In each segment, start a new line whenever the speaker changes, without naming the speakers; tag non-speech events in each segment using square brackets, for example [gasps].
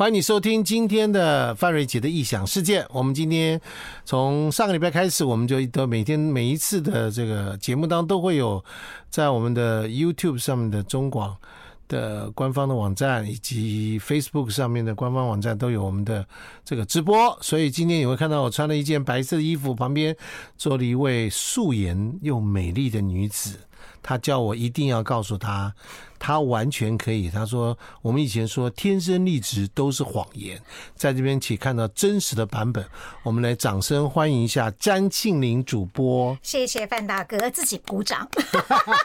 欢迎你收听今天的范瑞杰的异想世界。我们今天从上个礼拜开始，我们就都每天每一次的这个节目当中都会有在我们的 YouTube 上面的中广的官方的网站以及 Facebook 上面的官方网站都有我们的这个直播。所以今天也会看到我穿了一件白色的衣服，旁边坐了一位素颜又美丽的女子。她叫我一定要告诉她，她完全可以。她说，我们以前说天生丽质都是谎言，在这边请看到真实的版本。我们来掌声欢迎一下詹庆林主播。
[laughs] 谢谢范大哥，自己鼓掌。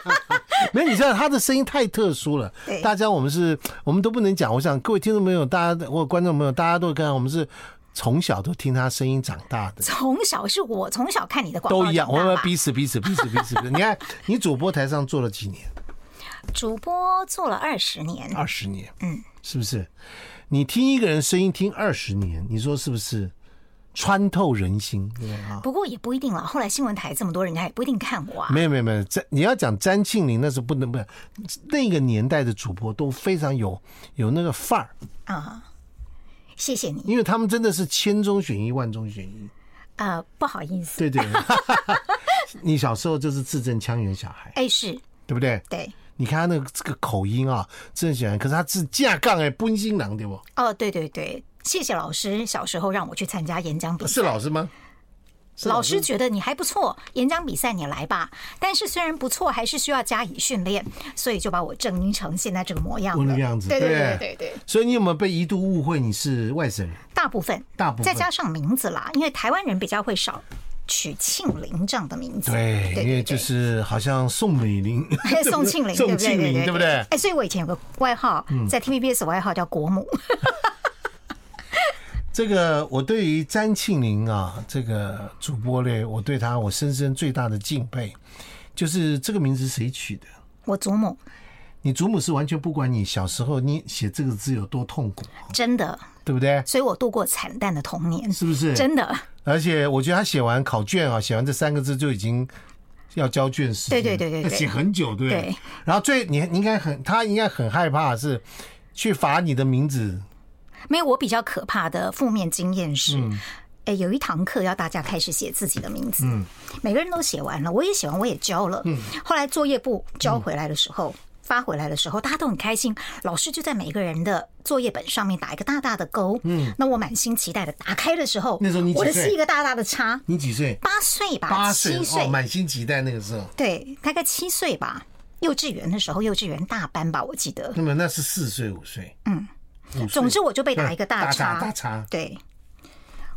[laughs]
没有，你知道他的声音太特殊了
对。
大家我们是，我们都不能讲。我想各位听众朋友，大家或者观众朋友，大家都看到我们是从小都听他声音长大的。
从小是我从小看你的广告
都一样，
长
我
大
们要
吧
彼此彼此彼此彼此。彼此你看，你主播台上做了几年？
主播做了二十年，
二十年，嗯，是不是？你听一个人声音听二十年，你说是不是穿透人心？对不对啊？
不过也不一定了。后来新闻台这么多人，人家也不一定看我啊。
没有没有没有，詹你要讲詹庆林那时候不能不能，那个年代的主播都非常有有那个范儿，
谢谢你，
因为他们真的是千中选一，万中选一。
呃，不好意思。
对对， [laughs] 你小时候就是字正腔圆小孩，
哎，是
对不对？
对，
你看他那个这个口音啊，字正腔圆，可是他字架杠哎，奔新郎对不？
哦，对对对，谢谢老师，小时候让我去参加演讲比赛
是。老师吗？是
老师觉得你还不错，演讲比赛你来吧。但是虽然不错，还是需要加以训练，所以就把我正音成现在这个模样
问
了。
那个样子，
对对
不
对对对，
所以你有没有被一度误会你是外省人？
大部分，
大部分
再加上名字啦，因为台湾人比较会少取庆龄这样的名字，
对，因为就。
[laughs]
是好像宋美龄 [laughs]
还有宋庆龄，对
宋
不对
庆龄对不嗯对？
哎，所以我以前有个外号，在 TVBS 外号叫国母，
这个我对于詹庆林啊，这个主播嘞，我对他我深深最大的敬佩，就是这个名字谁取的？
我祖母，
你祖母是完全不管你小时候你写这个字有多痛苦，
真的，
对不对？
所以我度过惨淡的童年，
是不是？
真的，
而且我觉得他写完考卷啊，写完这三个字就已经要交卷时间了，
对对对对对
写很久，对不
对
然后最你你应该很，他应该很害怕是去罚你的名字，
没有我比较可怕的负面经验是，
嗯
哎、有一堂课要大家开始写自己的名字，
嗯
每个人都写完了，我也写完，我也交了，后来作业簿交回来的时候。发回来的时候，大家都很开心。老师就在每个人的作业本上面打一个大大的勾。嗯，那我满心期待的打开的时候，
那时候你几
我的
岁
是一个大大的叉，
你几岁？
八岁吧，
八岁
啊七岁
哦，，满心期待那个时候。
对，大概七岁吧。幼稚园的时候，幼稚园大班吧，我记得。
那么那是四岁五岁，嗯，
总之，我就被打一个
大
叉。
大叉，
对，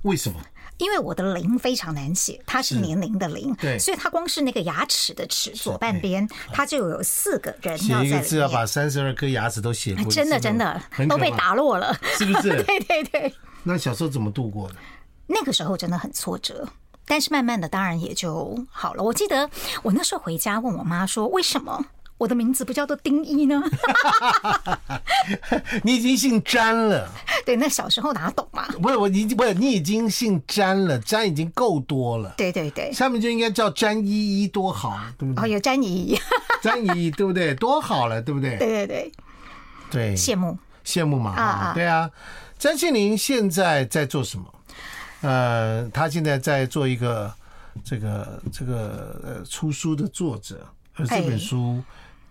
为什么？
因为我的零非常难写，它是年龄的零，
对
所以它光是那个牙齿的齿左半边，它就有四个人
写
要
一个
在
字
里
要
面。啊
把三十二颗牙齿都写过一次，
真的真的
很可
都
怕
被，打落了，
是不是？
[laughs] 对对对，
那小时候怎么度过的？ [laughs]
那个时候真的很挫折。但是慢慢的，当然也就好了。我记得我那时候回家问我妈说，为什么我的名字不叫做丁一呢？ [laughs]
你已经姓詹了，
对，那小时候哪懂嘛？
不是我，你不是你已经姓詹了，詹已经够多了。
对对对，
下面就应该叫詹依依多好，对不
[laughs] 然后
对？
有詹姨，
詹依依对不对？多好了，对不
对
对？
对对，
对，
羡慕。
羡慕嘛
啊
啊，对啊。詹庆林现在在做什么？呃，他现在在做一个这个这个呃出书的作者，而这
哎
本书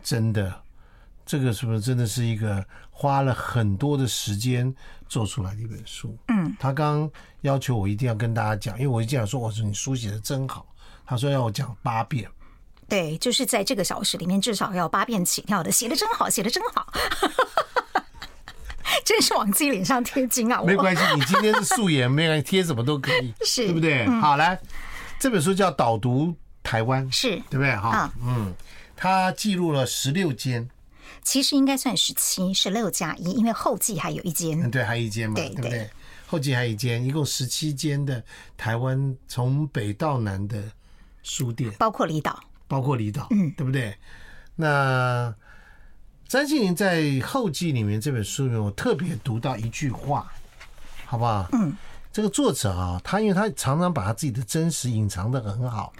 真的，这个是不是真的是一个花了很多的时间做出来的一本书？嗯，他刚要求我一定要跟大家讲，因为我一讲说，我说你书写的真好，他说要我讲八遍。
对，就是在这个小时里面，至少要八遍起跳的，写的真好，写的真好， [laughs] 真是往自己脸上贴金啊！
[laughs]
我
没关系，你今天是素颜，没关系，贴什么都可以，
[laughs] 是嗯
对不对？好，来，这本书叫《导读台湾》，
是
对不对？
啊
哈，嗯，它记录了十六间，
其实应该算十七、十六加一，因为后记还有一
嗯，
间。
对，还有一间嘛，
对
对不对
对？
后记还有一间，一共十七间的台湾从北到南的书店，
包括离岛，
包括离岛，嗯，对不对？那詹庆林在后记里面这本书里面，我特别读到一句话，好不好？嗯，这个作者啊，他因为他常常把他自己的真实隐藏的很
[laughs]
好，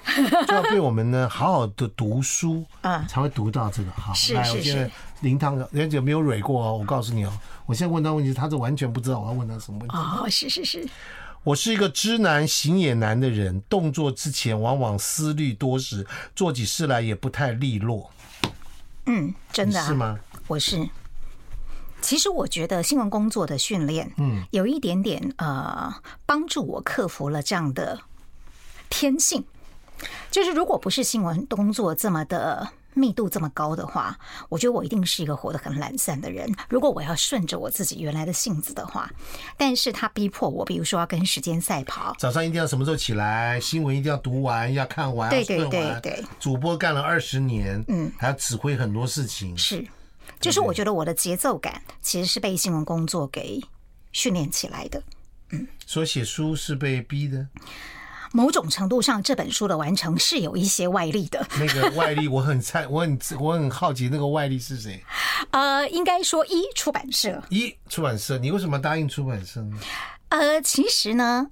就要被我们呢好好的读书
啊
才会读到这个哈。
是
来
是
我现
是
在林汤人家有没有蕊过哦？我告诉你哦，我现在问他问题，他是完全不知道我要问他什么问题。
哦，是是是，
我是一个知难行也难的人，动作之前往往思虑多时，做起事来也不太利落，
嗯，真的、啊、
是吗？
我是。其实我觉得新闻工作的训练，嗯，有一点点呃，帮助我克服了这样的天性。就是如果不是新闻工作这么的密度这么高的话，我觉得我一定是一个活得很懒散的人。如果我要顺着我自己原来的性子的话，但是他逼迫我，比如说要跟时间赛跑，
早上一定要什么时候起来？新闻一定要读完，要看完，
对对
要顺完
对对。
主播干了二十年，嗯，还要指挥很多事情，
是，就是我觉得我的节奏感其实是被新闻工作给训练起来的。
所以写书是被逼的。
某种程度上，这本书的完成是有一些外力的。
那个外力，我很菜， [laughs] 我很我很好奇那个外力是谁？
呃，应该说一出版社，
一出版社，你为什么答应出版社呢？
呃，其实呢，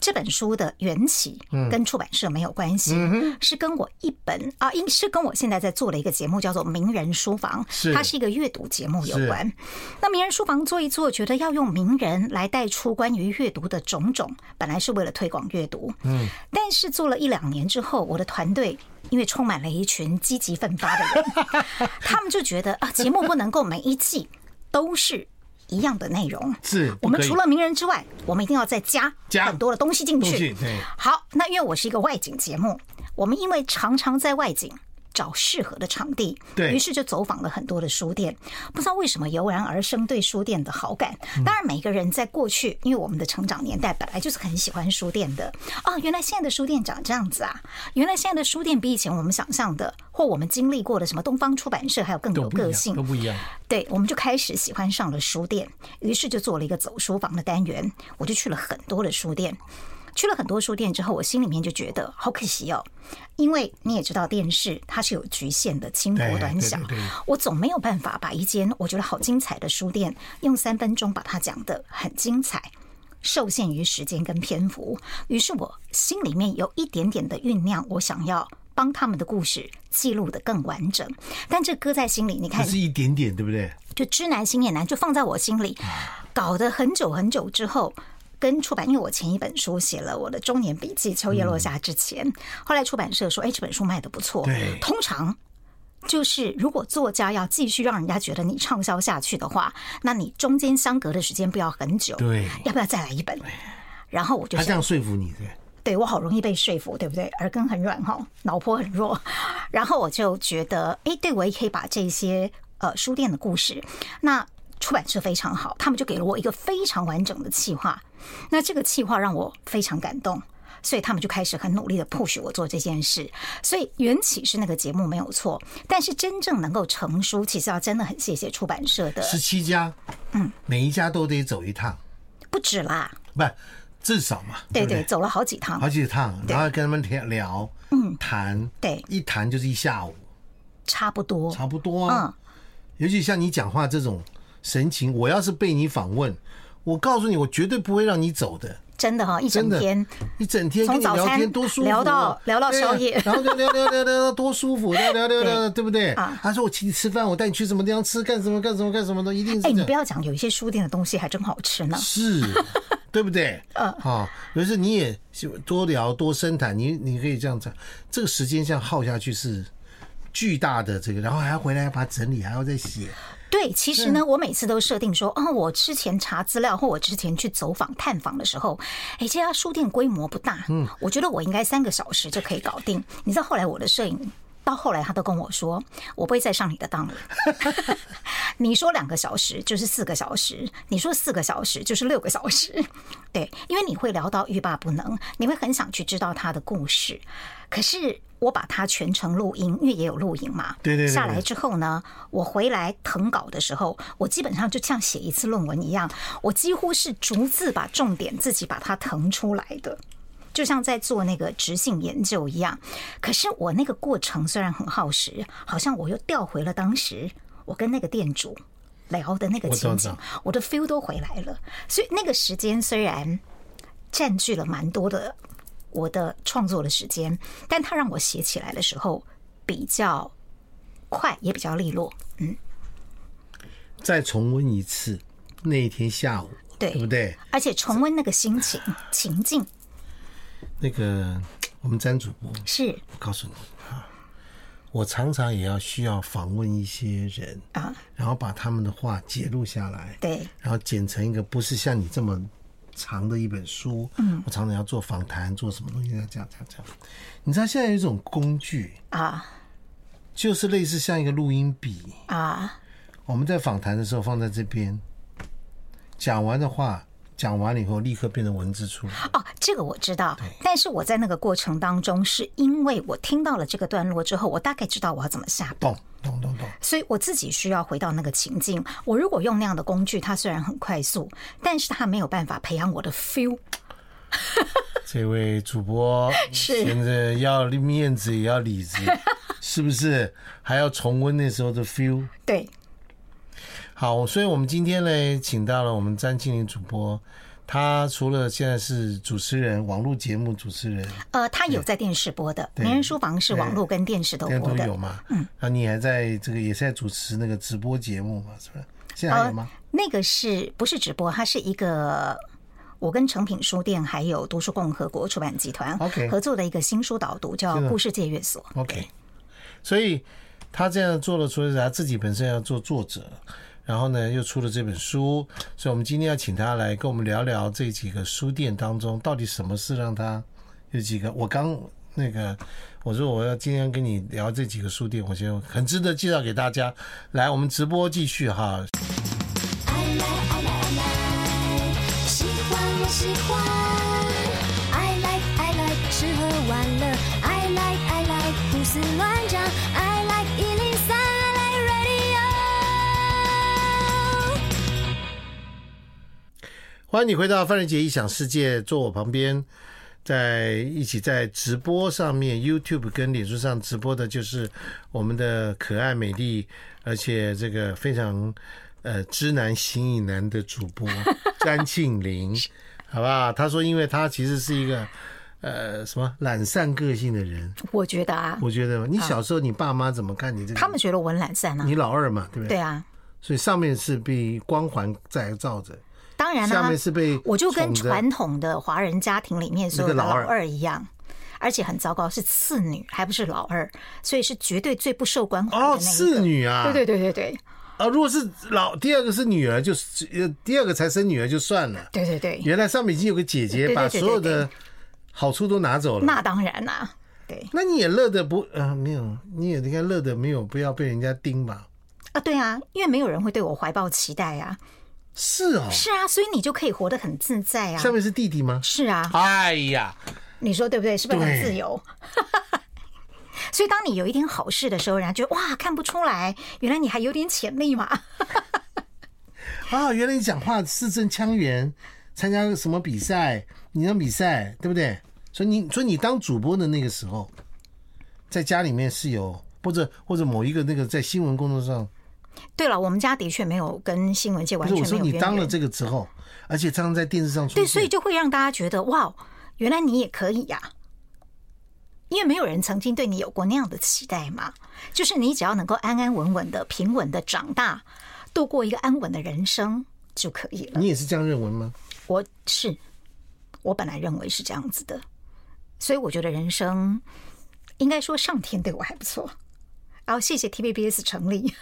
这本书的缘起
嗯
跟出版社没有关系，是跟我一本啊，应是跟我现在在做的一个节目叫做《名人书房》，
是
它是一个阅读节目有
是
关。那《名人书房》做一做，觉得要用名人来带出关于阅读的种种，本来是为了推广阅读，嗯，但是做了一两年之后，我的团队。因为充满了一群积极奋发的人，他们就觉得啊，节目不能够每一季都是一样的内容，
是
我们除了名人之外，我们一定要再加
加
很多的东西进
东
去
西。对
好，那因为我是一个外景节目，我们因为常常在外景。找适合的场地，
对
于是就走访了很多的书店，不知道为什么油然而生对书店的好感。
嗯
当然，每个人在过去，因为我们的成长年代本来就是很喜欢书店的。哦，原来现在的书店长这样子啊！原来现在的书店比以前我们想象的或我们经历过的什么东方出版社还有更
都
有
不一
个
样，
性
都。不一样。
对，我们就开始喜欢上了书店，于是就做了一个走书房的单元，我就去了很多的书店。去了很多书店之后，我心里面就觉得好可惜哦，因为你也知道电视它是有局限的，轻薄
对
短
对
小
对对，
我总没有办法把一间我觉得好精彩的书店用三分钟把它讲得很精彩。受限于时间跟篇幅，于是我心里面有一点点的酝酿，我想要帮他们的故事记录得更完整。但这搁在心里，你
这
看
是一点点，对不对？
就知难行也难，就放在我心里，搞得很久很久之后。跟出版，因为我前一本书写了我的中年笔记《秋叶落下》之前，后来出版社说：“哎，这本书卖的不错。
对”
通常就是如果作家要继续让人家觉得你畅销下去的话，那你中间相隔的时间不要很久。
对
要不要再来一本？然后我就
他
想
这样说服你，对。
对我好容易被说服，对不对？耳根很软哈，脑波很弱。然后我就觉得，哎，对我也可以把这些呃书店的故事，那出版社非常好，他们就给了我一个非常完整的企划。那这个企划让我非常感动。所以他们就开始很努力的 push 我做这件事，所以缘起是那个节目没有错，但是真正能够成书，其实要真的很谢谢出版社的，
十七家，嗯，每一家都得走一趟，
不止啦，
不，至少嘛，
对
不对
对，，走了好几趟
好，几趟，然后跟他们聊聊，嗯，谈，
对
一谈就是一下午，
差不多，
差不多
嗯
啊。，尤其像你讲话这种神情，我要是被你访问，我告诉你，我绝对不会让你走的。
真的哈、一
真
整
的
天，，
一整天跟你
从
聊
早餐
天多舒服啊，
聊到聊到
对啊
宵夜
然后聊聊聊聊聊到多舒服，聊聊
[laughs]
聊聊，对不对
啊？
他说我请你吃饭，我带你去什么地方吃，干什么干什么干什么的，一定是这
哎，你
样
不要讲，有一些书店的东西还真好吃呢。
是， [laughs] 对不对？嗯，好，有时你也多聊多深谈，你你可以这样讲，这个时间这样耗下去是巨大的这个，然后还要回来把它整理，还要再写，
对，其实
啊
呢，我每次都设定说，哦，我之前查资料或我之前去走访探访的时候，哎，这家书店规模不大，嗯，我觉得我应该三个小时就可以搞定。你知道后来我的摄影。到后来，他都跟我说：“我不会再上你的当了。你说两个小时就是四个小时，你说四个小时就是六个小时，对，因为你会聊到欲罢不能，你会很想去知道他的故事。可是我把它全程录音，因为也有录影嘛，
对对对对
下来之后呢，我回来誊稿的时候，我基本上就像写一次论文一样，我几乎是逐字把重点自己把它腾出来的。就像在做那个直性研究一样，可是我那个过程虽然很耗时，好像我又调回了当时我跟那个店主聊的那个
我懂
情景
懂，
我的 feel 都回来了。所以那个时间虽然占据了蛮多的我的创作的时间，但它让我写起来的时候比较快，也比较利落。嗯，
再重温一次那一天下午，
对
对不对？
而且重温那个心情情境
那个我们詹主播，
是
我告诉你啊，我常常也要需要访问一些人，
啊，
然后把他们的话截录下来，
对，
然后剪成一个不是像你这么长的一本书。嗯，我常常要做访谈，做什么东西要这样这样这样。你知道现在有一种工具，
啊
就是类似像一个录音笔，
啊，
我们在访谈的时候放在这边，讲完的话，讲完了以后立刻变成文字
[gasps]
出来。
哦，这个我知道，但是我在那个过程当中，是因为我听到了这个段落之后，我大概知道我要怎么下笔。
咚咚咚咚，
所以我自己需要回到那个情境。我如果用那样的工具，它虽然很快速，但是它没有办法培养我的 feel。
这位主播
[laughs] 是
闲着要面子也要
[laughs]
里子，是不是？还要重温那时候的 feel。
对，
好，所以我们今天呢，请到了我们詹庆林主播，他除了现在是主持人，网络节目主持人，
呃，它有在电视播的，名人书房是网络跟电视都
现在
播
都有
哦的。呃
嘛，嗯，那你还在这个也是在主持那个直播节目嘛，是不是？现在还有吗？
那个是不是直播？它是一个。我跟诚品书店还有读书共和国出版集团
OK
合作的一个新书导读，叫
是
《
的
故事界月所》。
OK，所以他这样做了，除了他自己本身要做作者，然后呢又出了这本书，所以我们今天要请他来跟我们聊聊这几个书店当中到底什么事让他有几个。我刚那个我说我要今天跟你聊这几个书店，我觉得很值得介绍给大家。来，我们直播继续哈，
爱来爱来爱来，喜欢我喜欢。I like I like 吃喝玩乐，I like I like 胡思乱想，I like 一零三，I like radio。
欢迎你回到范仁杰异想世界，坐我旁边，在一起在直播上面，YouTube 跟脸书上直播的就是我们的可爱美丽，而且这个非常呃知难行以难的主播詹庆
[laughs]
林，好不好？他说，因为他其实是一个呃什么懒散个性的人，
我觉得啊，
我觉得你小时候你爸妈怎么看你这个？
他们觉得我很懒散啊
你。老二嘛，对不
对
对？
啊，
所以上面是被光环在罩着，
当然啦、
下面是被
我就跟
宠着
传统的华人家庭里面所有的
那
老
个老二
二一样，而且很糟糕，是次女，还不是老二，所以是绝对最不受关怀的那一
哦，
个
次。女啊，
对对对对对
啊，如果是老第二个是女儿，就是呃第二个才生女儿就算了。
对对对，
原来上面已经有个姐姐
对对对
把
对
所有
对
的好处都拿走了，
那当然啦、对
那你也乐得不呃没有，你也应该乐得没有不要被人家盯吧？
啊，对啊，因为没有人会对我怀抱期待啊，
是哦，
是啊，所以你就可以活得很自在啊
下，面是弟弟吗？
是啊，
哎呀，
你说对不对？是不是很
对
自由？ [laughs] 所以当你有一点好事的时候，人家觉得哇，看不出来，原来你还有点潜力嘛。
啊，原来你讲话字正腔圆，参加什么比赛？你那比赛对不对？所以你所以你当主播的那个时候，在家里面是有或者或者某一个那个在新闻工作上
对了，我们家的确没有跟新闻界完
不是
全
我说
没有
你
渊
当了
源。
这个之后，而且常常在电视上出现，
对，所以就会让大家觉得哇，原来你也可以呀、因为没有人曾经对你有过那样的期待嘛。就是你只要能够安安稳稳的、平稳的长大，度过一个安稳的人生就可以了。
你也是这样认为吗？
我是，我本来认为是这样子的，所以我觉得人生应该说上天对我还不错。然后谢谢 TVBS
[laughs]
成立，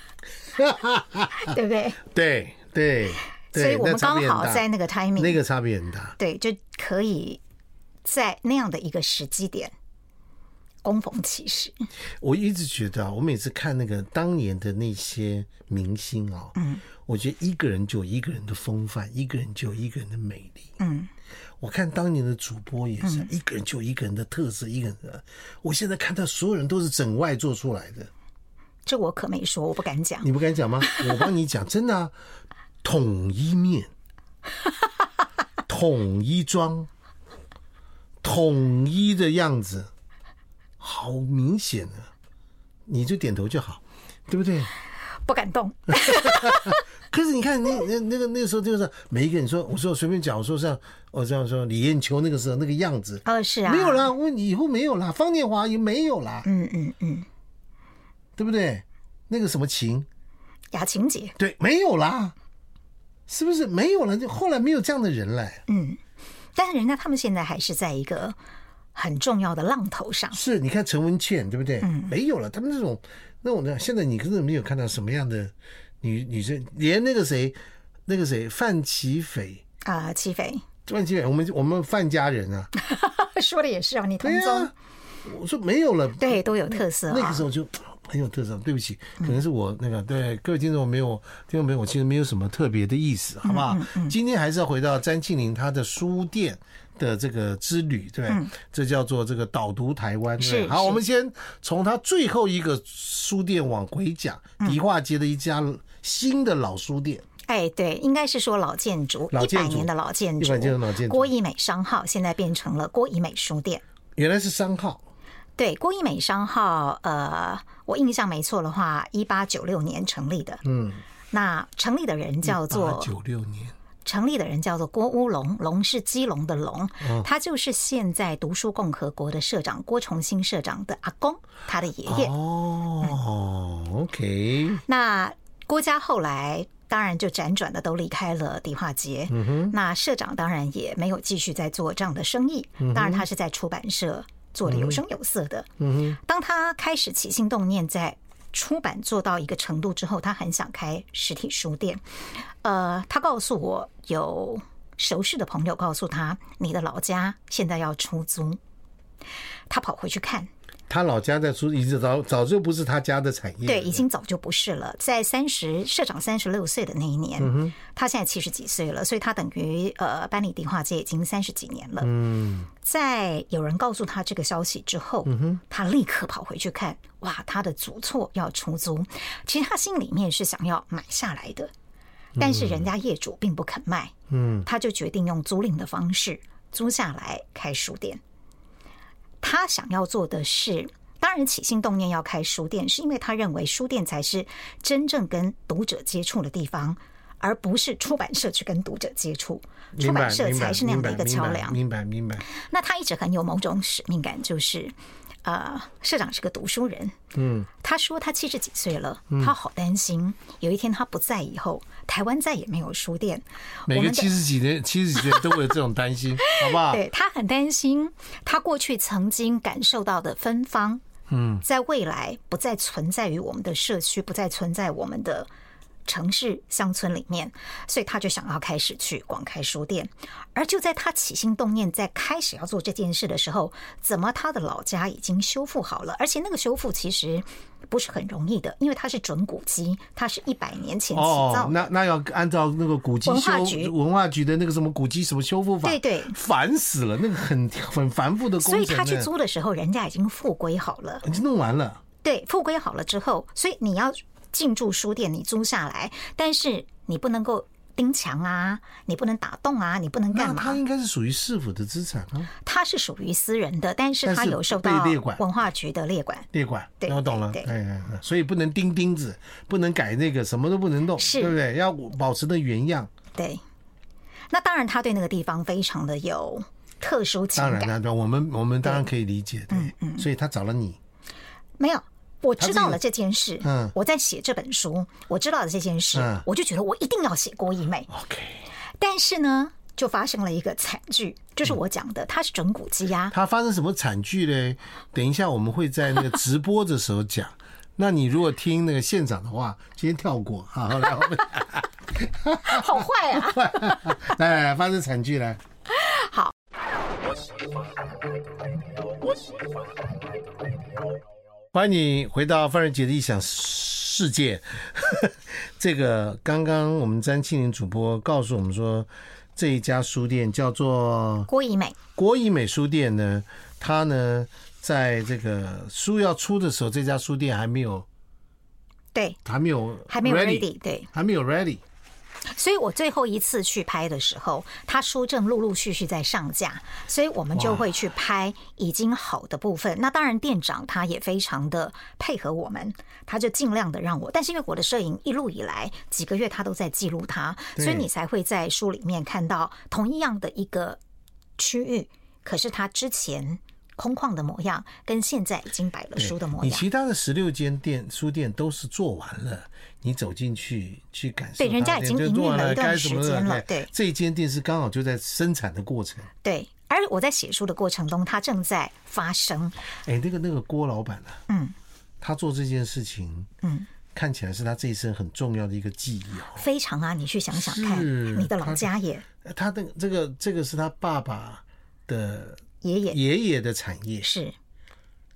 对不对？
对对对，
[laughs] 所以我们
那差
刚
别很
好
大
在那个 timing
那个差别很大。
对，就可以在那样的一个时机点供逢其时。
我一直觉得啊，我每次看那个当年的那些明星啊，嗯，我觉得一个人就有一个人的风范，一个人就有一个人的美丽，嗯。我看当年的主播也是
嗯
一个人就有一个人的特色，一个人的。我现在看到所有人都是整外做出来的，
这我可没说，我不敢讲。
你不敢讲
[laughs]
吗？我帮你讲，真的、啊，统一面，统一装，统一的样子，好明显啊！你就点头就好，对不对？
不敢动，
可是你看那那那个那个时候就是每一个人说，我说我随便讲，我说像我这样说李艳秋那个时候那个样子，
哦，是啊，
没有啦，我以后没有啦，方念华也没有啦，
嗯嗯嗯，
对不对？那个什么琴，
雅琴姐，
对，没有啦，是不是没有了？就后来没有这样的人了，
但是人家他们现在还是在一个很重要的浪头上，
是，你看陈文茜，对不对？没有了，他们那种那种的，现在你根本没有看到什么样的女女生，连那个谁，那个谁，范琪斐，
啊，齐飞 [laughs]
范琪斐，我们我们范家人啊，
说的也是啊，你同
对呀、
宗 [laughs]
啊，我说没有了，
对都有特色
那个
啊嗯
时，候就哎很有特色。对不起，可能是我那个对各位听众没有听众朋友，我其实没有什么特别的意思，好不
嗯
好？今天还是要回到詹庆林他的书店的这个之旅，对不对？这叫做这个导读台湾。对不对
嗯是
好，
是
我们先从他最后一个书店往回讲，
嗯
迪化街的一家新的老书店。
哎，对，应该是说老建筑，
老
一
建
百
筑
年的老建
100
筑，
年的老建筑
郭以美商号现在变成了郭以美书店。
原来是商号，
对，郭一美商号，呃，我印象没错的话，一八九六年成立的。嗯，那成立的人叫做
九六年，
成立的人叫做郭乌龙，龙是基隆的龙，
哦
他就是现在读书共和国的社长郭崇新社长的阿公，他的爷爷。
哦，OK，
那郭家后来当然就辗转的都离开了迪化街，那社长当然也没有继续在做这样的生意，当然他是在出版社做的有声有色的。当他开始起心动念在出版做到一个程度之后，他很想开实体书店。呃，他告诉我有熟识的朋友告诉他，你的老家现在要出租。他跑回去看，
他老家在书，已经早早就不是他家的产业了，
对，已经早就不是了。在三十社长三十六岁的那一年，
嗯
他现在七十几岁了，所以他等于呃班里迪化街已经三十几年了。嗯，在有人告诉他这个消息之后，
嗯
他立刻跑回去看，哇，他的祖厝要出租，其实他心里面是想要买下来的，
嗯
但是人家业主并不肯卖，嗯，他就决定用租赁的方式租下来开书店。他想要做的是，当然起心动念要开书店，是因为他认为书店才是真正跟读者接触的地方，而不是出版社去跟读者接触。出
明白
版社才是那样的一个桥梁。
明白明白。明白明白明白
那他一直很有某种使命感，就是，呃，社长是个读书人，嗯，他说他七十几岁了，
嗯
他好担心有一天他不在以后，台湾再也没有书店，
每
我
个
们的
七十几年、七十几年都会有这种担
[laughs]
心，好不好？
对他很担心，他过去曾经感受到的芬芳，嗯，在未来不再存在于我们的社区，不再存在我们的城市乡村里面，所以他就想要开始去广开书店。而就在他起心动念在开始要做这件事的时候，怎么他的老家已经修复好了，而且那个修复其实不是很容易的，因为它是准古迹，它是一百年前起造
哦
的，。
那那要按照那个古迹
文化局
修文化局的那个什么古迹什么修复法，
对对
烦死了，那个很很繁复的工程
所
呢，
以他去租的时候，人家已经复归好了。
已经弄完了，
对，复归好了之后，所以你要进驻书店，你租下来，但是你不能够钉墙啊，你不能打洞啊，你不能
那
干
它
嘛？
应该是属于市府的资产啊，
它是属于私人的，但是
但
它
是
有受
被
到
列管
文化局的列管。
列管，
对
那我懂了，
对
哎
对
哎，哎所以不能钉钉子，不能改那个，什么都不能动，
是
对不对？要保持的原样。
对，那当然，他对那个地方非常的有特殊情
当然
感。嗯
啦，对我们我们当然可以理解，对，所以他找了你，
没有，我
他
知
这
道
个
了这件事。
嗯
我在写这本书，我知道了这件事，
嗯
我就觉得我一定要写郭一美。
，OK，
但是呢，就发生了一个惨剧，就是我讲的，它是准古迹
[laughs]
呀、
它发生什么惨剧嘞？等一下我们会在那个直播的时候讲。 [laughs] 那你如果听那个现场的话，今天跳过好，来我们
好坏啊！
[laughs] 来来来，发生惨剧来。好，欢迎你回到范儿姐的异想世界。 [laughs] 这个刚刚我们詹庆林主播告诉我们说，这一家书店叫做
郭以美。
国以美书店呢，它呢在这个书要出的时候，这家书店还没有
对，
还没有
还没有
ready，
ready，对
还没有 ready，
所以我最后一次去拍的时候，他书正陆陆续续在上架，所以我们就会去拍已经好的部分。那当然，店长他也非常的配合我们，他就尽量的让我。但是因为我的摄影一路以来几个月他都在记录它，
对
所以你才会在书里面看到同一样的一个区域，可是它之前空旷的模样跟现在已经摆了书的模
你
样。
其他的十六间店书店都是做完了，你走进去去感受它，
对人家已经
就
营
做
运
完
了一段
该什么
时间了
对
对
这一间店是刚好就在生产的过程。
对，而我在写书的过程中，它正在发生。
哎，那个那个郭老板啊，
嗯，
他做这件事情，
嗯，
看起来是他这一生很重要的一个记忆哦。
非常啊，你去想想看
是，
你的老家也
哦他的这个这个是他爸爸的
爷爷
爷爷的产业，
是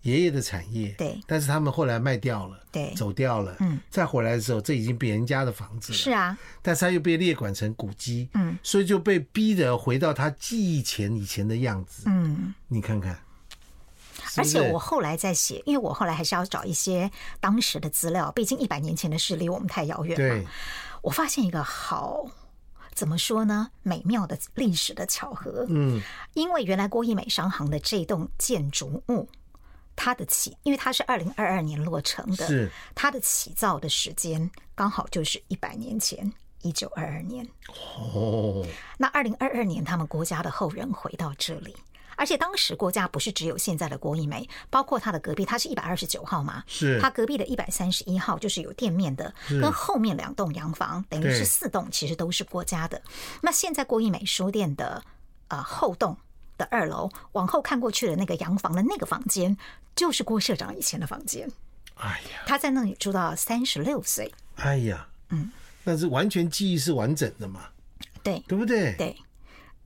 爷爷的产业，
对
但是他们后来卖掉了，
对
走掉了，
嗯，
再回来的时候，这已经别人家的房子了，
是啊，
但是他又被列管成古迹，
嗯，
所以就被逼得回到他记忆前以前的样子，
嗯，
你看看，是不是
而且我后来在写，因为我后来还是要找一些当时的资料，毕竟一百年前的事离我们太遥远了。
对，
我发现一个好。怎么说呢？美妙的历史的巧合，
嗯，
因为原来郭义美商行的这栋建筑物，它的起，因为它是二零二二年落成的，
是
它的起造的时间刚好就是一百年前，一九二二年。
哦，
那二零二二年，他们国家的后人回到这里，而且当时国家不是只有现在的国艺美，包括它的隔壁，它是一百二十九号嘛，
是
它隔壁的一百三十一号就是有店面的，跟后面两栋洋房，等于
对
是四栋，其实都是国家的。那现在国艺美书店的呃后栋。的二楼往后看过去的那个洋房的那个房间，就是郭社长以前的房间。
哎呀，
他在那里住到三十六岁，
哎呀，嗯，但是完全记忆是完整的嘛，
对，
对不对？
对，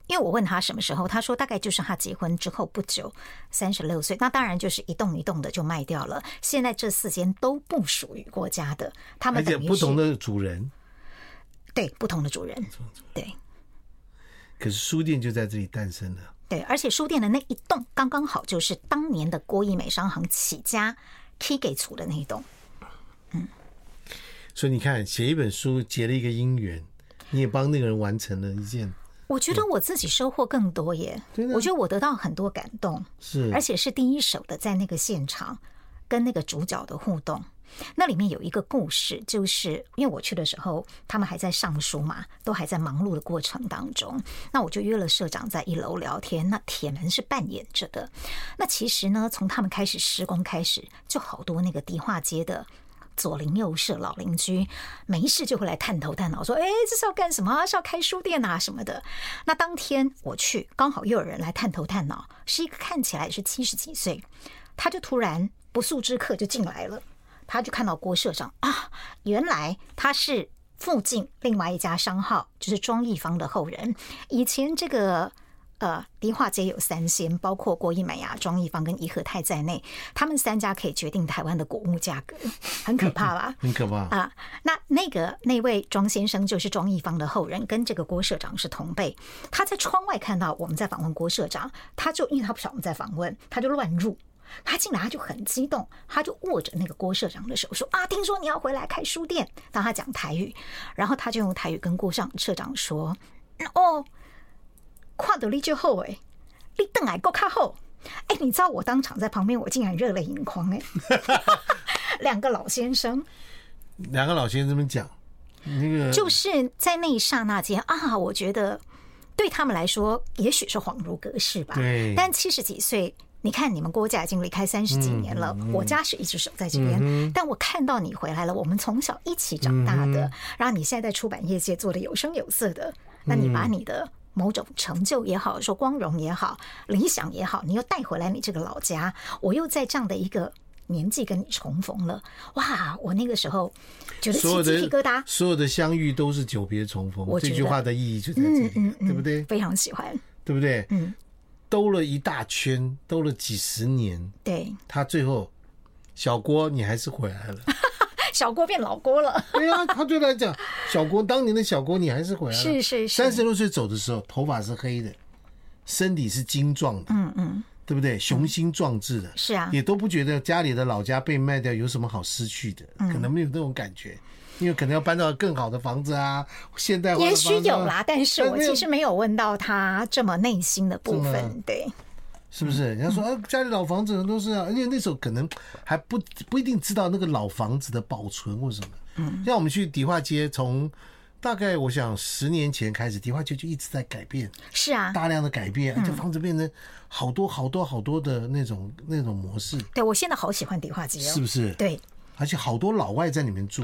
因为我问他什么时候，他说大概就是他结婚之后不久，三十六岁。那当然就是一栋一栋的就卖掉了。现在这四间都不属于国家的，他
而
们
且
等于
不同
的
的主人，
对不同的主人，对
可是书店就在这里诞生了，
对，而且书店的那一栋刚刚好就是当年的郭义美商行起家 K 给出的那一栋。
所以你看，写一本书结了一个姻缘，你也帮那个人完成了一件，
我觉得我自己收获更多耶
真，的
我觉得我得到很多感动。
是，
而且是第一手的，在那个现场跟那个主角的互动。那里面有一个故事，就是因为我去的时候，他们还在上书嘛，都还在忙碌的过程当中。那我就约了社长在一楼聊天。那铁门是扮演着的。那其实呢，从他们开始施工开始，就好多那个迪化街的左邻右舍、老邻居，没事就会来探头探脑，说：“哎，这是要干什么啊？是要开书店啊什么的。”那当天我去，刚好又有人来探头探脑，是一个看起来是七十几岁，他就突然不速之客就进来了，他就看到郭社长啊，原来他是附近另外一家商号，就是庄义方的后人，以前这个。呃，迪化街有三仙，包括郭一美啊、庄一方跟怡和泰在内，他们三家可以决定台湾的谷物价格，很可怕吧？
很可怕。
啊，那那个那位庄先生就是庄一方的后人，跟这个郭社长是同辈。他在窗外看到我们在访问郭社长，他就因为他不晓得我们在访问，他就乱入。他进来，他就很激动，他就握着那个郭社长的手说：“啊，听说你要回来开书店。”让他讲台语，然后他就用台语跟郭上社长说：“嗯哦，看到你就好诶，你邓来够较好。”哎，你知道我当场在旁边，我竟然热泪盈眶哎！ [laughs] 两个老先生，
两个老先生这么讲，那个
就是在那一刹那间啊，我觉得对他们来说，也许是恍如隔世吧。
对
但七十几岁，你看你们郭家已经离开三十几年了，
嗯
我家是一直守在这边，但我看到你回来了，我们从小一起长大的，
嗯
然后你现在在出版业界做的有声有色的，那你把你的。某种成就也好，说光荣也好，理想也好，你又带回来你这个老家，我又在这样的一个年纪跟你重逢了，哇！我那个时候觉得
所有
起鸡皮疙瘩
的，所有的相遇都是久别重逢，
我觉
这
得
句话的意义就在这里，对不对？
嗯非常喜欢。
对不对？嗯，兜了一大圈，兜了几十年， [laughs]
对，
他最后小郭你还是回来了。
小郭变老郭
[laughs]
了，
对啊，他对他来讲，小郭当年的小郭你还是回来了。
是是是
三十六岁走的时候，头发是黑的，身体是精壮的，嗯嗯，对不对？雄心壮志的，
是啊嗯
也都不觉得家里的老家被卖掉有什么好失去的，可能没有那种感觉。因为可能要搬到更好的房子啊，现代化的
也
房子啊
许有啦，但是我
没有
其实没有问到他这么内心的部
是
分，对。
是不
嗯
是？人家说啊，家里老房子很多是啊，而且那时候可能还不不一定知道那个老房子的保存或什么。嗯，像我们去迪化街，从大概我想十年前开始，迪化街就一直在改变，
是啊，
大量的改变，这房子变成好多好多好多的那种那种模式，
对我现在好喜欢迪化街哦，
是不是？，
对
而且好多老外在里面住，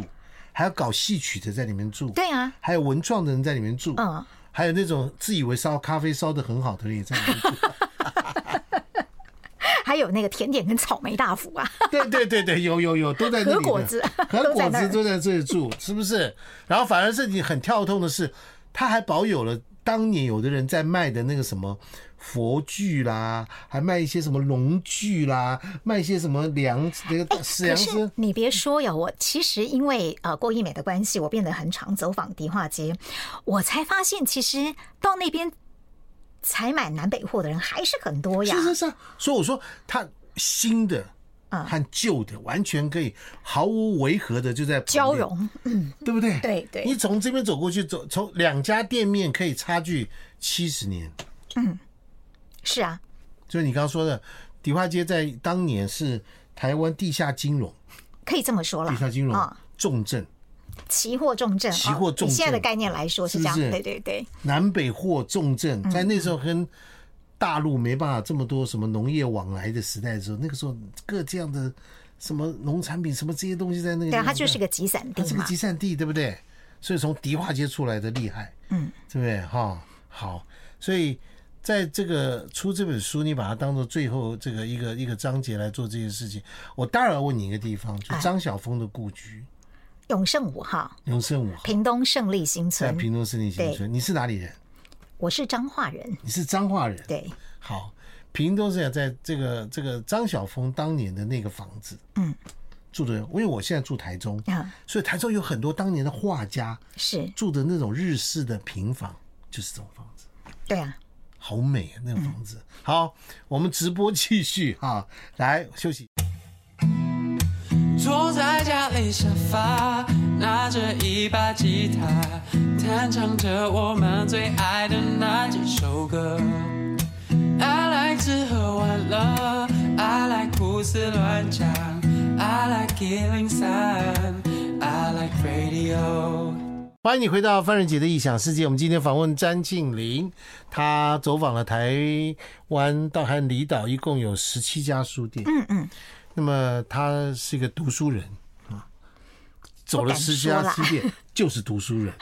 还有搞戏曲的在里面住，
对啊，
还有文创的人在里面住，
嗯，
还有那种自以为烧咖啡烧的很好的人也在里面住。
还有那个甜点跟草莓大福啊，
[laughs] 对对对对，有有有，都在那里的。
和果
[laughs]
子
和
都
果
在那
子
儿
都在这里住，是不是？然后反而是你很跳痛的是，他还保有了当年有的人在卖的那个什么佛具啦，还卖一些什么龙具啦，卖一些什么粮那
哎
个食
可
粮食
是。你别说呀，我其实因为呃郭一美的关系，我变得很常走访迪化街，我才发现其实到那边采买南北货的人还是很多哎呀
是。是是啊，所以我说它新的
嗯
和旧的完全可以毫无违和的就在旁
交
边，
融，
对不对？
对对
你从这边走过去，走从两家店面可以差距七十年。
是啊，
就是你刚刚说的，迪化街在当年是台湾地下金融、
可以这么说了
地下金融
啊，
重镇，
期货重镇，
期货
哦
重
以现在的
镇
概念来说是
是
这
不
样，
是
对对对，
南北货重镇，
嗯
在那时候跟大陆没办法这么多什么农业往来的时代的时候，那个时候各这样的什么农产品什么这些东西在那个地
对
方，
啊，它就是个集散
它
地
是个
嘛
集。散地，对不对？所以从迪化街出来的厉害，嗯，对不对？哈，好，所以在这个出这本书，你把它当做最后这个一个一个章节来做这件事情。我当然要问你一个地方，
哎
就张晓峰的故居，
永盛五号，
永胜五号，
屏东胜利新
在
村，
啊屏东森林新村。你是哪里人？
我是彰化人，
你是彰化人。
对，
好，屏东是在这个这个张晓峰当年的那个房子，嗯，住的人，因为我现在住台中，
啊，
所以台中有很多当年的画家，
是
住的那种日式的平房，就是这种房子，
对啊，
好美啊，那个房子。好，我们直播继续啊，来休息。
坐在家里沙发，拿着一把吉他，弹唱着我们最爱的那几首歌。I like 吃喝玩乐，I like 胡思乱想，I like 一零三，I like radio。
欢迎你回到范仁杰的异想世界。我们今天访问詹静玲，她走访了台湾到和离岛一共有十七家书店。嗯嗯，那么她是一个读书人啊，走了 [laughs] 十七家书店就是读书人，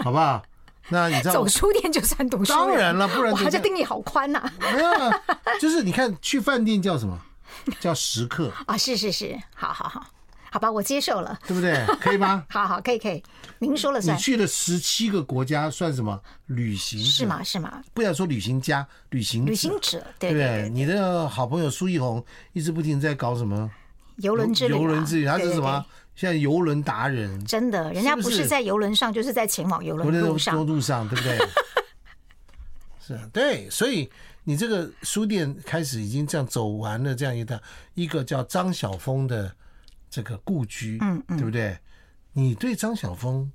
好不好？那你知道
走书店就算读书人，
当然了不然
哇，
就
这
这
定义好宽呐、啊！
没有啊，就是你看去饭店叫什么？叫食客，
啊是是是，好好好，好吧，我接受了，
对不
[laughs]
对？可以吗？
好好，可以可以，您说了
你
算，
去了十七个国家，算什么旅行？
是？吗？是吗？
不要说旅行家，旅行
旅行者，
对
对
不
对
对？
对，
你的好朋友苏一红一直不停在搞什么
游轮之旅、啊，
游轮之旅，他是
对
什？么
对？
现在游轮达人，
对真的，人家
是不
不
是
是在游轮上，就是在前往游
游
轮
轮
路上。
路上，对不
[laughs]
对？是啊，对，所以你这个书店开始已经这样走完了这样一段一个叫张晓峰的这个故居，嗯嗯，对不对？你对张晓峰，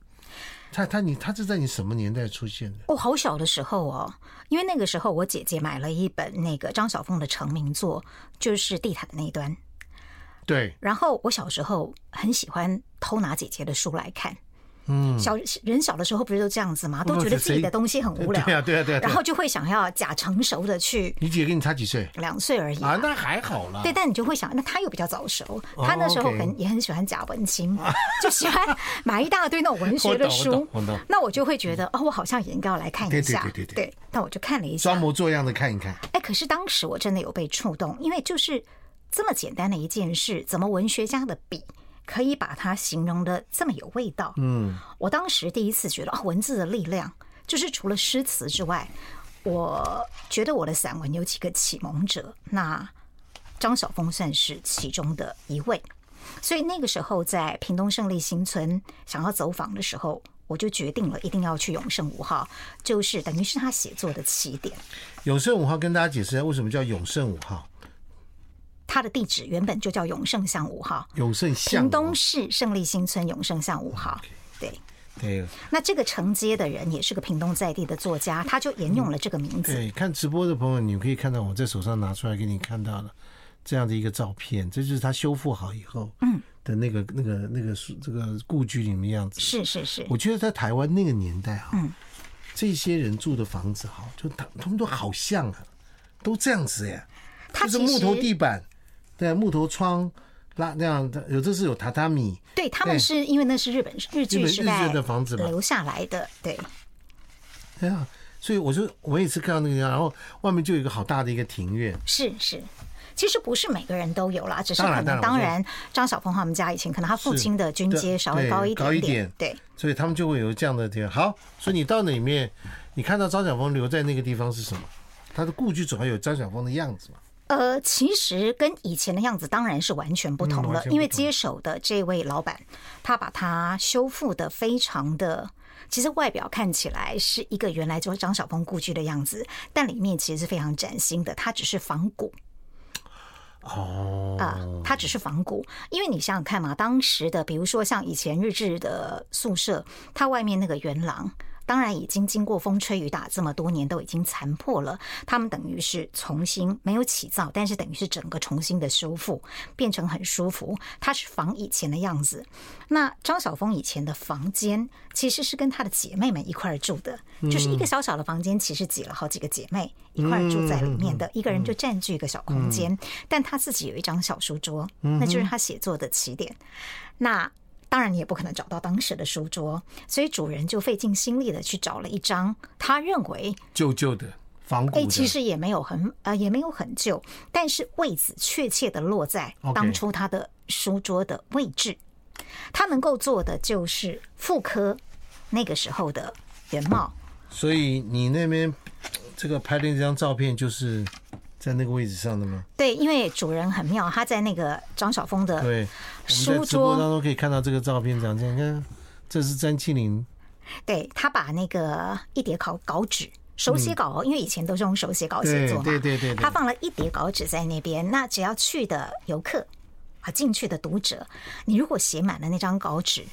他他你他是在你什么年代出现的？
我、好小的时候哦，因为那个时候我姐姐买了一本那个张晓峰的成名作，就是《地毯的那一端》。
对，
然后我小时候很喜欢偷拿姐姐的书来看。嗯，小人小的时候不是都这样子吗？
不
都觉得自己
谁
的东西很无聊，
对啊对啊对啊对啊
然后就会想要假成熟的去
你姐跟你差几岁
两岁而已嘛
啊？那还好啦。
对，但你就会想，那他又比较早熟，他那时候很、
OK
也很喜欢假文
[laughs]
青，就喜欢买一大堆那种文学的
我懂
书
我懂我懂。
那我就会觉得，哦，我好像也应该要来看
对
一
对
下。
对对对
但我就看了一下
装，模作样的看一看，
哎，可是当时我真的有被触动，因为就是这么简单的一件事，怎么文学家的笔可以把它形容的这么有味道？嗯，我当时第一次觉得啊、文字的力量，就是除了诗词之外，我觉得我的散文有几个启蒙者，那张晓峰算是其中的一位。所以那个时候在屏东胜利新村想要走访的时候，我就决定了一定要去永盛五号，就是等于是他写作的起点。
永盛五号跟大家解释一下为什么叫永盛五号。
它的地址原本就叫永盛巷五号，
永盛巷
屏东
哦
市胜利新村永盛巷五号。对，
对
那这个承接的人也是个屏东在地的作家，他就沿用了这个名字。
对，哎看直播的朋友，你可以看到我在手上拿出来给你看到了这样的一个照片，这就是他修复好以后，嗯的那个那个那个是这个故居里面的样子。
是嗯是是，
我觉得在台湾那个年代哈、这些人住的房子哈，就他他们都好像啊，都这样子耶，
它
就是
其
木头
实
地板，对，木头窗。拉那样的，有的是有榻榻米，
对他们
对
是因为那是日本日
哎日
据
本
时
日
代
治的房子嘛
留下来的，对，
哎呀，所以我就我也是看到那个地方，然后外面就有一个好大的一个庭院，
是是。其实不是每个人都有啦，只是
当然
可能
当然
当然，张晓峰他们家以前可能他父
是
亲的军
对
阶稍微
对
高一
高
点
一点
对，
所以他们就会有这样的地方。好，所以你到那里面，你看到张晓峰留在那个地方是什么？他的故居总要有张晓峰的样子嘛？
呃，其实跟以前的样子当然是完全不同
嗯完
了，
全不
因为
同
接手的这位老板，他把它修复的非常的。其实外表看起来是一个原来就是张晓峰故居的样子，但里面其实是非常崭新的，它只是仿古
哦，
啊、它只是仿古。因为你想想看嘛，当时的比如说像以前日治的宿舍，它外面那个圆廊，当然已经经过风吹雨打这么多年，都已经残破了。他们等于是重新没有起造，但是等于是整个重新的修复，变成很舒服。它是仿以前的样子。那张晓峰以前的房间其实是跟她的姐妹们一块儿住的，就是一个小小的房间，其实挤了好几个姐妹一块儿住在里面的，一个人就占据一个小空间。但他自己有一张小书桌，那就是他写作的起点。那当然，你也不可能找到当时的书桌，所以主人就费尽心力的去找了一张他认为
旧旧的仿古
哎、
的，
其实也没有很呃，也没有很旧，但是位子确切的落在
OK
当初他的书桌的位置。他能够做的就是复刻那个时候的原貌。
所以你那边这个拍的那张照片就是在那个位置上的吗？
对，因为主人很妙，他在那个张晓峰的，
对，我们在
呃书
直播
桌
当中可以看到这个照片，长这样，你看这是詹庆林，
对他把那个一叠稿稿纸。手写稿哦，因为以前都是用手写稿写
对
作嘛，
嗯对对对对
他放了一叠稿纸在那边，那只要去的游客啊，进去的读者，你如果写满了那张稿纸，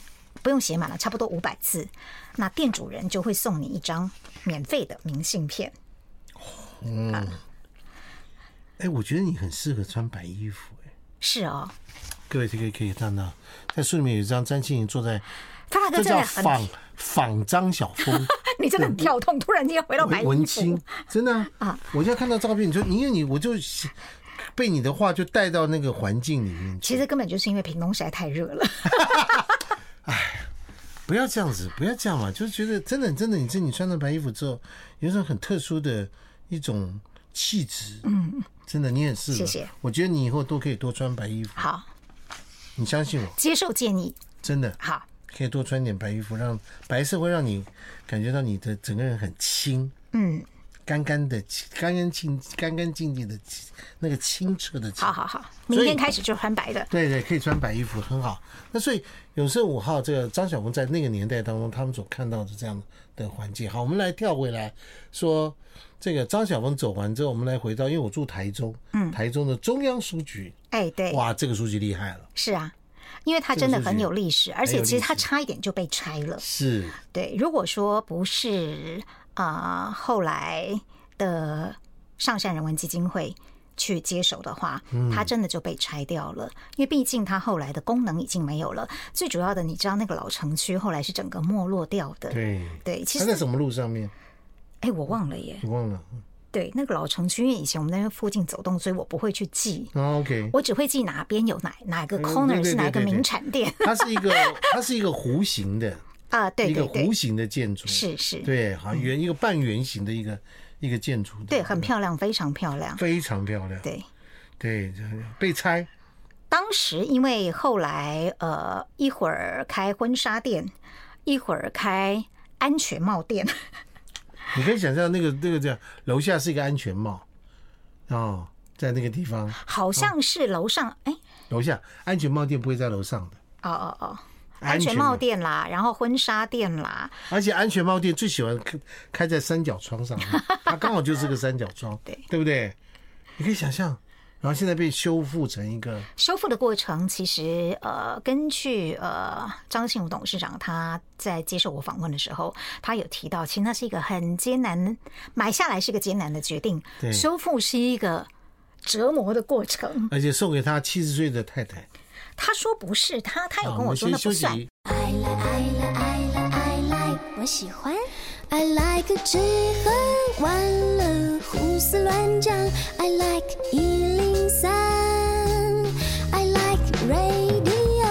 不用写满了，差不多五百字，那店主人就会送你一张免费的明信片。
哎，我觉得你很适合穿白衣服，哎，
是哦，
各位可以可以看到，在书里面有一张詹庆林坐在，
发大哥
这
真
叫
的很， [laughs]
仿仿张晓峰。
你真的很跳痛，突然间回到哦白
文
衣服
青，真的啊！我现在看到照片，你就因为你，我就被你的话就带到那个环境里面去。
其实根本就是因为屏东实在太热了。
不要这样子，不要这样嘛，就是觉得真的真的，你自己穿上白衣服之后，有一种很特殊的一种气质。嗯，真的，你很适合。
谢谢
我觉得你以后都可以多穿白衣服，
好，
你相信我，
接受建议，
真的
好，
可以多穿点白衣服，让白色会让你感觉到你的整个人很轻。
嗯，
干干的，干干净干干净净的，那个清澈的清。
好好好，
所以
明天开始就穿白的。
对对，可以穿白衣服，很好。那所以有时候五号这个张晓峰在那个年代当中，他们所看到的这样的环境。好，我们来跳回来说，这个张晓峰走完之后，我们来回到，因为我住台中，嗯，台中的中央书局，
哎，对，
哇，这个书局厉害了，
是啊，因为它
这个
真的
数
很
据
有历史，而
很有
且其
历
实它
史
差一点就被拆了。
是
对，如果说不是啊、呃后来的上善人文基金会。去接手的话，
嗯
它真的就被拆掉了，因为毕竟它后来的功能已经没有了。最主要的，你知道那个老城区后来是整个没落掉的。
对。
对，其
他在
实
什么路上面？
哎，我忘了耶。
你忘了
对，那个老城区，因为以前我们在那附近走动，所以我不会去记，
啊？OK，
我只会记哪边有哪哪个
嗯
corner
对对
是哪
对
一个
对对
名产店 [laughs]
它是一个，它是一个弧形的，
啊、对
一个
对对
弧，形的建筑，
是是，
对，好圆一个半圆形的一个一个建筑，
对，很漂亮，非常漂亮。
非常漂亮，
对，
对，这被拆，
当时因为后来呃，一会儿开婚纱店，一会儿开安全帽店，
你可以想象那个那个这样，楼下是一个安全帽，哦，在那个地方，
好像是楼上哎、
楼下安全帽店不会在楼上的，
哦哦哦，
安
安
全
全
帽
帽店啦，然后婚纱店啦，
而且安全帽店最喜欢开开在三角窗上面，它刚好就是个三角窗，
[laughs] 对
对不对？你可以想象，然后现在被修复成一个
修复的过程，其实呃，根据呃张信武董事长他在接受我访问的时候，他有提到，其实那是一个很艰难，买下来是个艰难的决定
对，
修复是一个折磨的过程。
而且送给他七十岁的太太。
他说不是，他他有
啊
跟我说
先
那不
休息
算。
一
，I like I like I like I like，我喜欢。I like 吃喝玩乐，胡思乱想。I like 一零三，I like radio。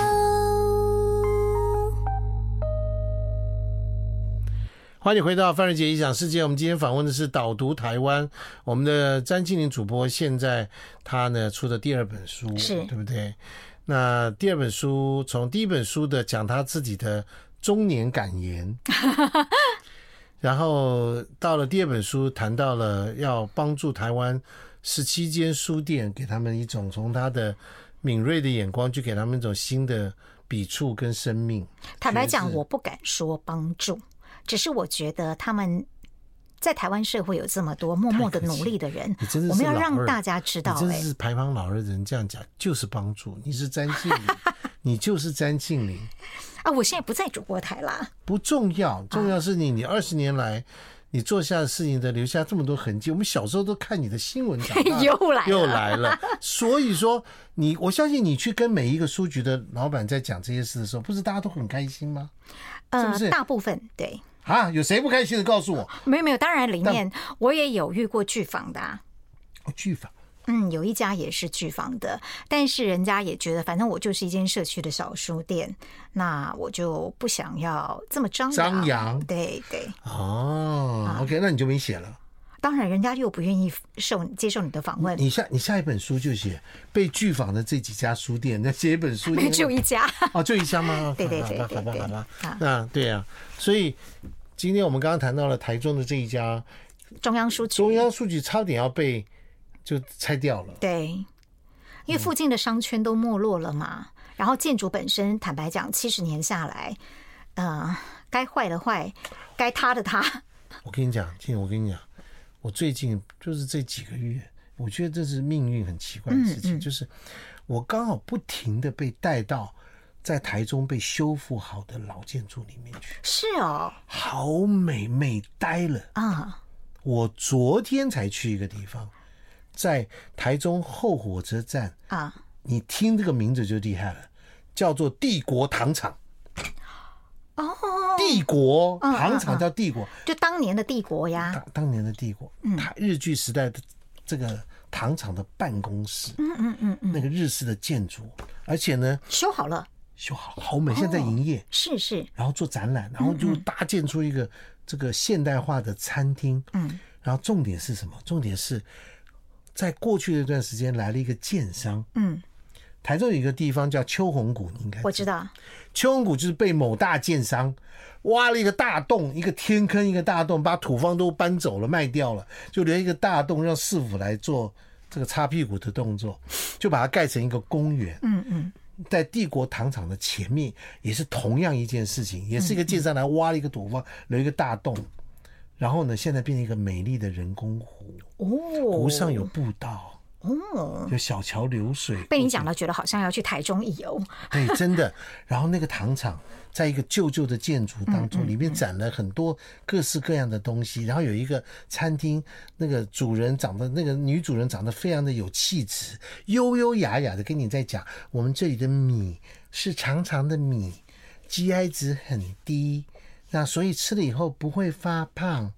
欢迎回到范瑞杰异想世界。我们今天访问的是导读台湾，我们的詹庆林主播现在他呢出的第二本书，
是
对不对？那第二本书从第一本书的讲他自己的中年感言，然后到了第二本书谈到了要帮助台湾十七间书店，给他们一种从他的敏锐的眼光去给他们一种新的笔触跟生命。
坦白
觉
讲，
得是
我不敢说帮助，只是我觉得他们在台湾社会有这么多默默的
太可惜
努力的人
你真的，是
我们要
老
让
二
大家知道、
你真
哎
的，是排行老二的人这样讲就是帮助，你是詹庆
[laughs]
林，你就是詹庆林，
啊，我现在不在主播台啦，
不重要，重要是你，你二十年来。你做下的事情的留下这么多痕迹，我们小时候都看你的新闻长大，
[laughs] 又来
[laughs]
了
又来了。所以说，你我相信你去跟每一个书局的老板在讲这些事的时候，不是大家都很开心吗？是
呃
不，是
大部分对，
啊，有谁不开心的告诉我？
没有没有，当然里面我也有遇过剧坊的、啊。
哦，剧法
嗯，有一家也是剧坊的，但是人家也觉得，反正我就是一间社区的小书店，那我就不想要这么张扬。
张扬
对对，
哦，OK，那你就
啊
没写了。
当然人家又不愿意受接受你的访问，
你下你下一本书就写被拒访的这几家书店，那写一本书店
就一家。
哦，就一家吗？
[laughs] 对对对
好吧
对
好吧
对
好吧
啊，
那对啊，所以今天我们刚刚谈到了台中的这一家
中央书局，
中央数据，差点要被就拆掉了。
对，因为附近的商圈都没落了嘛，然后建筑本身，坦白讲，七十年下来，呃，该坏的坏，该塌的塌，
我跟你讲，静，我跟你讲，我最近就是这几个月，我觉得这是命运很奇怪的事
嗯
情，就是我刚好不停的被带到在台中被修复好的老建筑里面去，
是哦，
好美，美呆了。
啊、
我昨天才去一个地方，在台中后火车站，
啊，
你听这个名字就厉害了，叫做帝国糖厂。哦，嗯帝国糖厂叫帝国，
就当年的帝国呀，
当当年的帝国，它日据时代的这个糖厂的办公室，嗯嗯嗯嗯，那个日式的建筑，而且呢
修好了，
修好好美，现在在营业，
是是，
然后做展览，然后
嗯
就搭建出一个这个现代化的餐厅。嗯，然后重点是什么？重点是在过去的一段时间来了一个建商。
嗯，
台中有一个地方叫秋红谷，你应该
我知道，
秋红谷就是被某大建商挖了一个大洞，一个天坑，一个大洞，把土方都搬走了，卖掉了，就留一个大洞让市府来做这个擦屁股的动作，就把它盖成一个公园。嗯嗯，在帝国糖厂的前面也是同样一件事情，也是一个建商来挖了一个土方，留一个大洞，然后呢，现在变成一个美丽的人工湖，
哦，
湖上有步道，
哦，
有小桥流水，
被你讲了，觉得好像要去台中一游，
对，真的。然后那个糖厂在一个旧旧的建筑当
嗯
中，里面展了很多各式各样的东西。然后有一个餐厅，那个主人长得那个女主人长得非常的有气质，优优雅雅的跟你在讲，我们这里的米是长长的米，GI 值很低，那所以吃了以后不会发胖。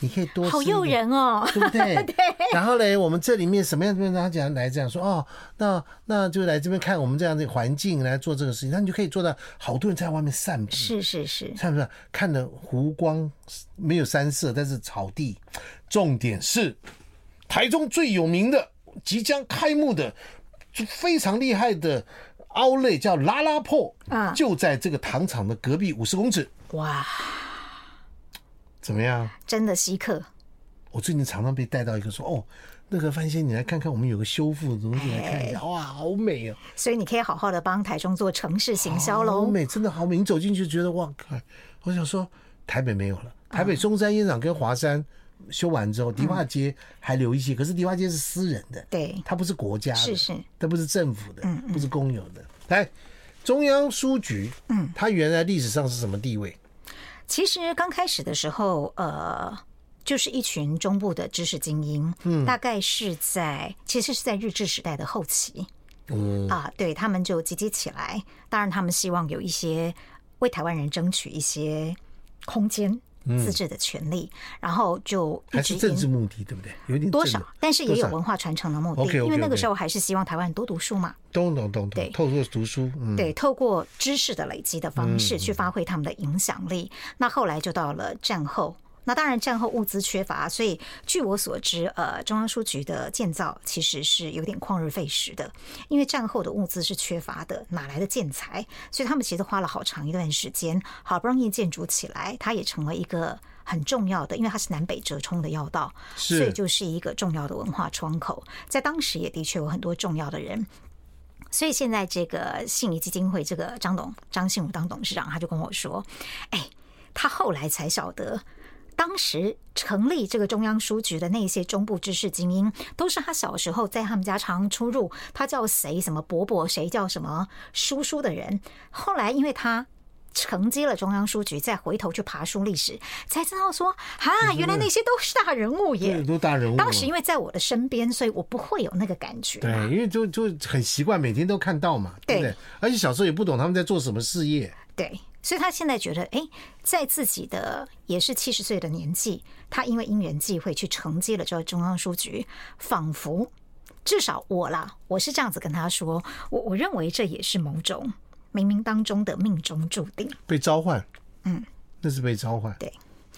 你可以多吃
好
一点
诱人哦，
对不对？然后嘞，我们这里面什么样的人，他讲来这样说哦，那那就来这边看我们这样的环境来做这个事情，那你就可以做到好多人在外面散步，
是是是，
散步看着湖光没有山色，但是草地。重点是台中最有名的、即将开幕的、非常厉害的凹类叫拉拉破，
嗯
就在这个糖厂的隔壁五十公尺，
哇，
怎么样？
真的稀客，
我最近常常被带到一个说哦，那个范先，你来看看，我们有个修复的东西来看一下，哇，好美哦，
所以你可以好好的帮台中做城市行销
好
喽。
美，真的好美。你
啊
走进去觉得哇靠，我想说台北没有了，台北中山烟厂跟华山修完之后，迪化街还留一些，可是迪化街是私人的，
嗯对
它不是国家的，
是嗯是，
它不是政府的，不是公有的。来，中央书局，嗯，它原来历史上是什么地位？
其实刚开始的时候，呃，就是一群中部的知识精英，嗯，大概是在其实是在日治时代的后期，嗯啊，对他们就集结起来，当然他们希望有一些为台湾人争取一些空间。自治的权利，然后就
嗯
一
还
直
是
引
政治目的，对不对？有一点
多
政
少
治，
但是也
多
有
少
文化传承的目的，
OK，OK，OK
因为那个时候还是希望台湾多读书嘛，
懂懂懂懂，
对
透过读书，嗯，
对，透过知识的累积的方式去发挥他们的影响力。那后来就到了战后。那当然，战后物资缺乏，所以据我所知，呃，中央书局的建造其实是有点旷日费时的，因为战后的物资是缺乏的，哪来的建材？所以他们其实花了好长一段时间，好不容易建筑起来，它也成为一个很重要的，因为它是南北折冲的要道，
是
所以就是一个重要的文化窗口。在当时也的确有很多重要的人所以现在这个信谊基金会这个张董张信武当董事长，他就跟我说，哎，他后来才晓得。当时成立这个中央书局的那些中部知识精英，都是他小时候在他们家常常出入，他叫谁什么伯伯，谁叫什么叔叔的人。后来因为他承接了中央书局，再回头去爬书历史，才知道说，啊，原来那些都是大人物耶
很。多大人物嘛。
当时因为在我的身边，所以我不会有那个感觉。
对，因为就就很习惯，每天都看到嘛，对不对
对？
而且小时候也不懂他们在做什么事业，
对，所以他现在觉得，哎，在自己的也是七十岁的年纪，他因为因缘际会去承接了这个中央书局，仿佛至少我啦，我是这样子跟他说，我我认为这也是某种冥冥当中的命中注定。
被召唤，嗯，那是被召唤。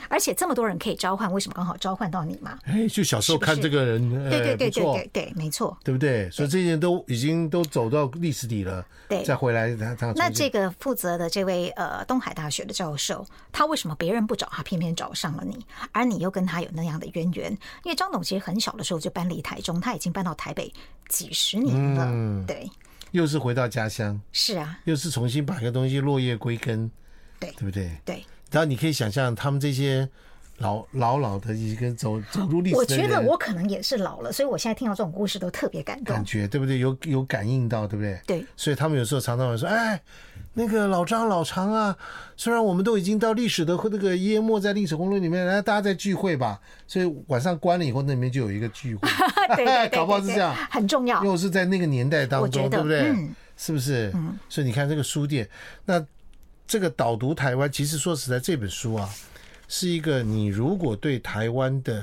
而且这么多人可以召唤，为什么刚好召唤到你嘛？
哎，就小时候
是不是
看这个人，
对对
哎
对
不
对
错
对对，没错。
对不对？所以这些人都已经都走到历史底了，
对
再回来他他
那
重新
这个负责的这位呃东海大学的教授，他为什么别人不找他，偏偏找上了你，而你又跟他有那样的渊源？因为张董其实很小的时候就搬离台中，他已经搬到台北几十年了。
嗯
对，
又是回到家乡，
是啊，
又是重新把一个东西落叶归根，
对
对不对？
对。
然后你可以想象他们这些老老老的已经走走入历史
我
的
觉
人，
得我可能也是老了，所以我现在听到这种故事都特别感动
感。觉对不对？有有感应到，对不对？ [laughs]
对
所以他们有时候常常会说：“哎，那个老张老常啊，虽然我们都已经到历史的那个淹没在历史洪流里面，来大家再聚会吧。”所以晚上关了以后，那里面就有一个聚会，
对对对对
搞不好是这样
对很重要。
又是在那个年代当
我觉
中，
得
对不对？
嗯
是不是？所以你看这个书店，那这个导读台湾，其实说实在，这本书啊，是一个你如果对台湾的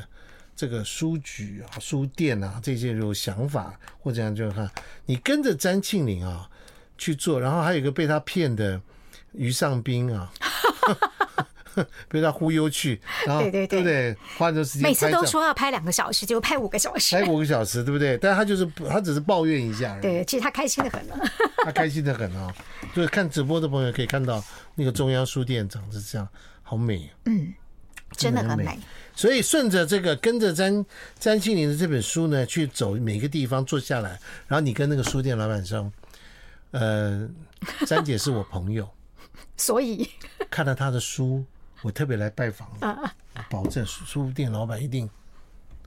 这个书局啊、书店啊这些有想法或怎样，就看你跟着詹庆林啊去做，然后还有一个被他骗的于尚斌啊。 [laughs] 被他忽悠去，然后
对对
对
对
不对？花很多时间拍
每
照，
次都说要拍两个小时，结果拍五个小时
拍。五个小时，对不对？但他就是他只是抱怨一下而已，
对，其实他开心的
[laughs]
很呢。
他开心的很啊、就是看直播的朋友可以看到那个中央书店长是这样，好美、啊。
真的很
美
美。
所以顺着这个跟着詹詹庆林的这本书呢，去走每个地方坐下来，然后你跟那个书店老板说，呃，詹姐是我朋友， [laughs]
所以
看了她的书，我特别来拜访你，我保证书书店老板一定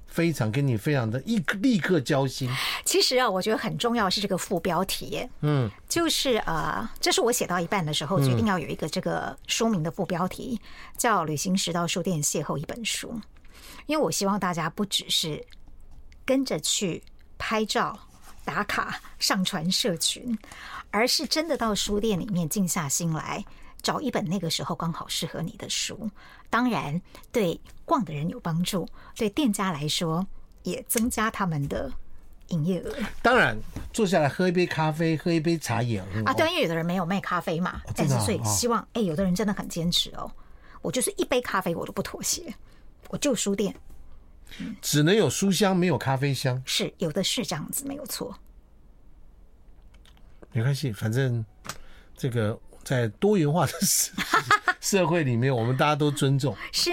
非常跟你非常的立立刻交心。
其实啊，我觉得很重要是这个副标题耶，嗯，就是呃，这是我写到一半的时候决定要有一个这个书名的副标题，叫《旅行时到书店邂逅一本书》，因为我希望大家不只是跟着去拍照、打卡、上传社群，而是真的到书店里面静下心来。找一本那个时候刚好适合你的书，当然对逛的人有帮助，对店家来说也增加他们的营业额
当然，坐下来喝一杯咖啡，喝一杯茶也很好。
啊。对，因为有的人没有卖咖啡嘛，但
真的
是
啊
所以
哦
希望，哎，有的人真的很坚持哦。我就是一杯咖啡我都不妥协，我就书店
只能有书香，没有咖啡香，
是有的是这样子，没有错。
没关系，反正这个在多元化的社社会里面，我们大家都尊重，
是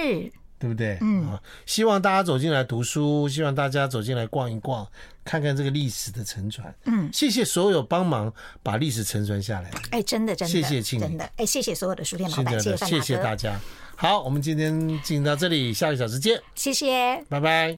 对不对？嗯、啊，希望大家走进来读书，希望大家走进来逛一逛，看看这个历史的沉传。嗯，谢谢所有帮忙把历史沉传下来的。
哎，真的，真的，
谢谢庆
真的，哎，谢谢所有的书店老
现在
板，谢
的，
谢范
谢谢
哥
大家。好，我们今天进行到这里，下个小时见，
谢谢。
拜拜。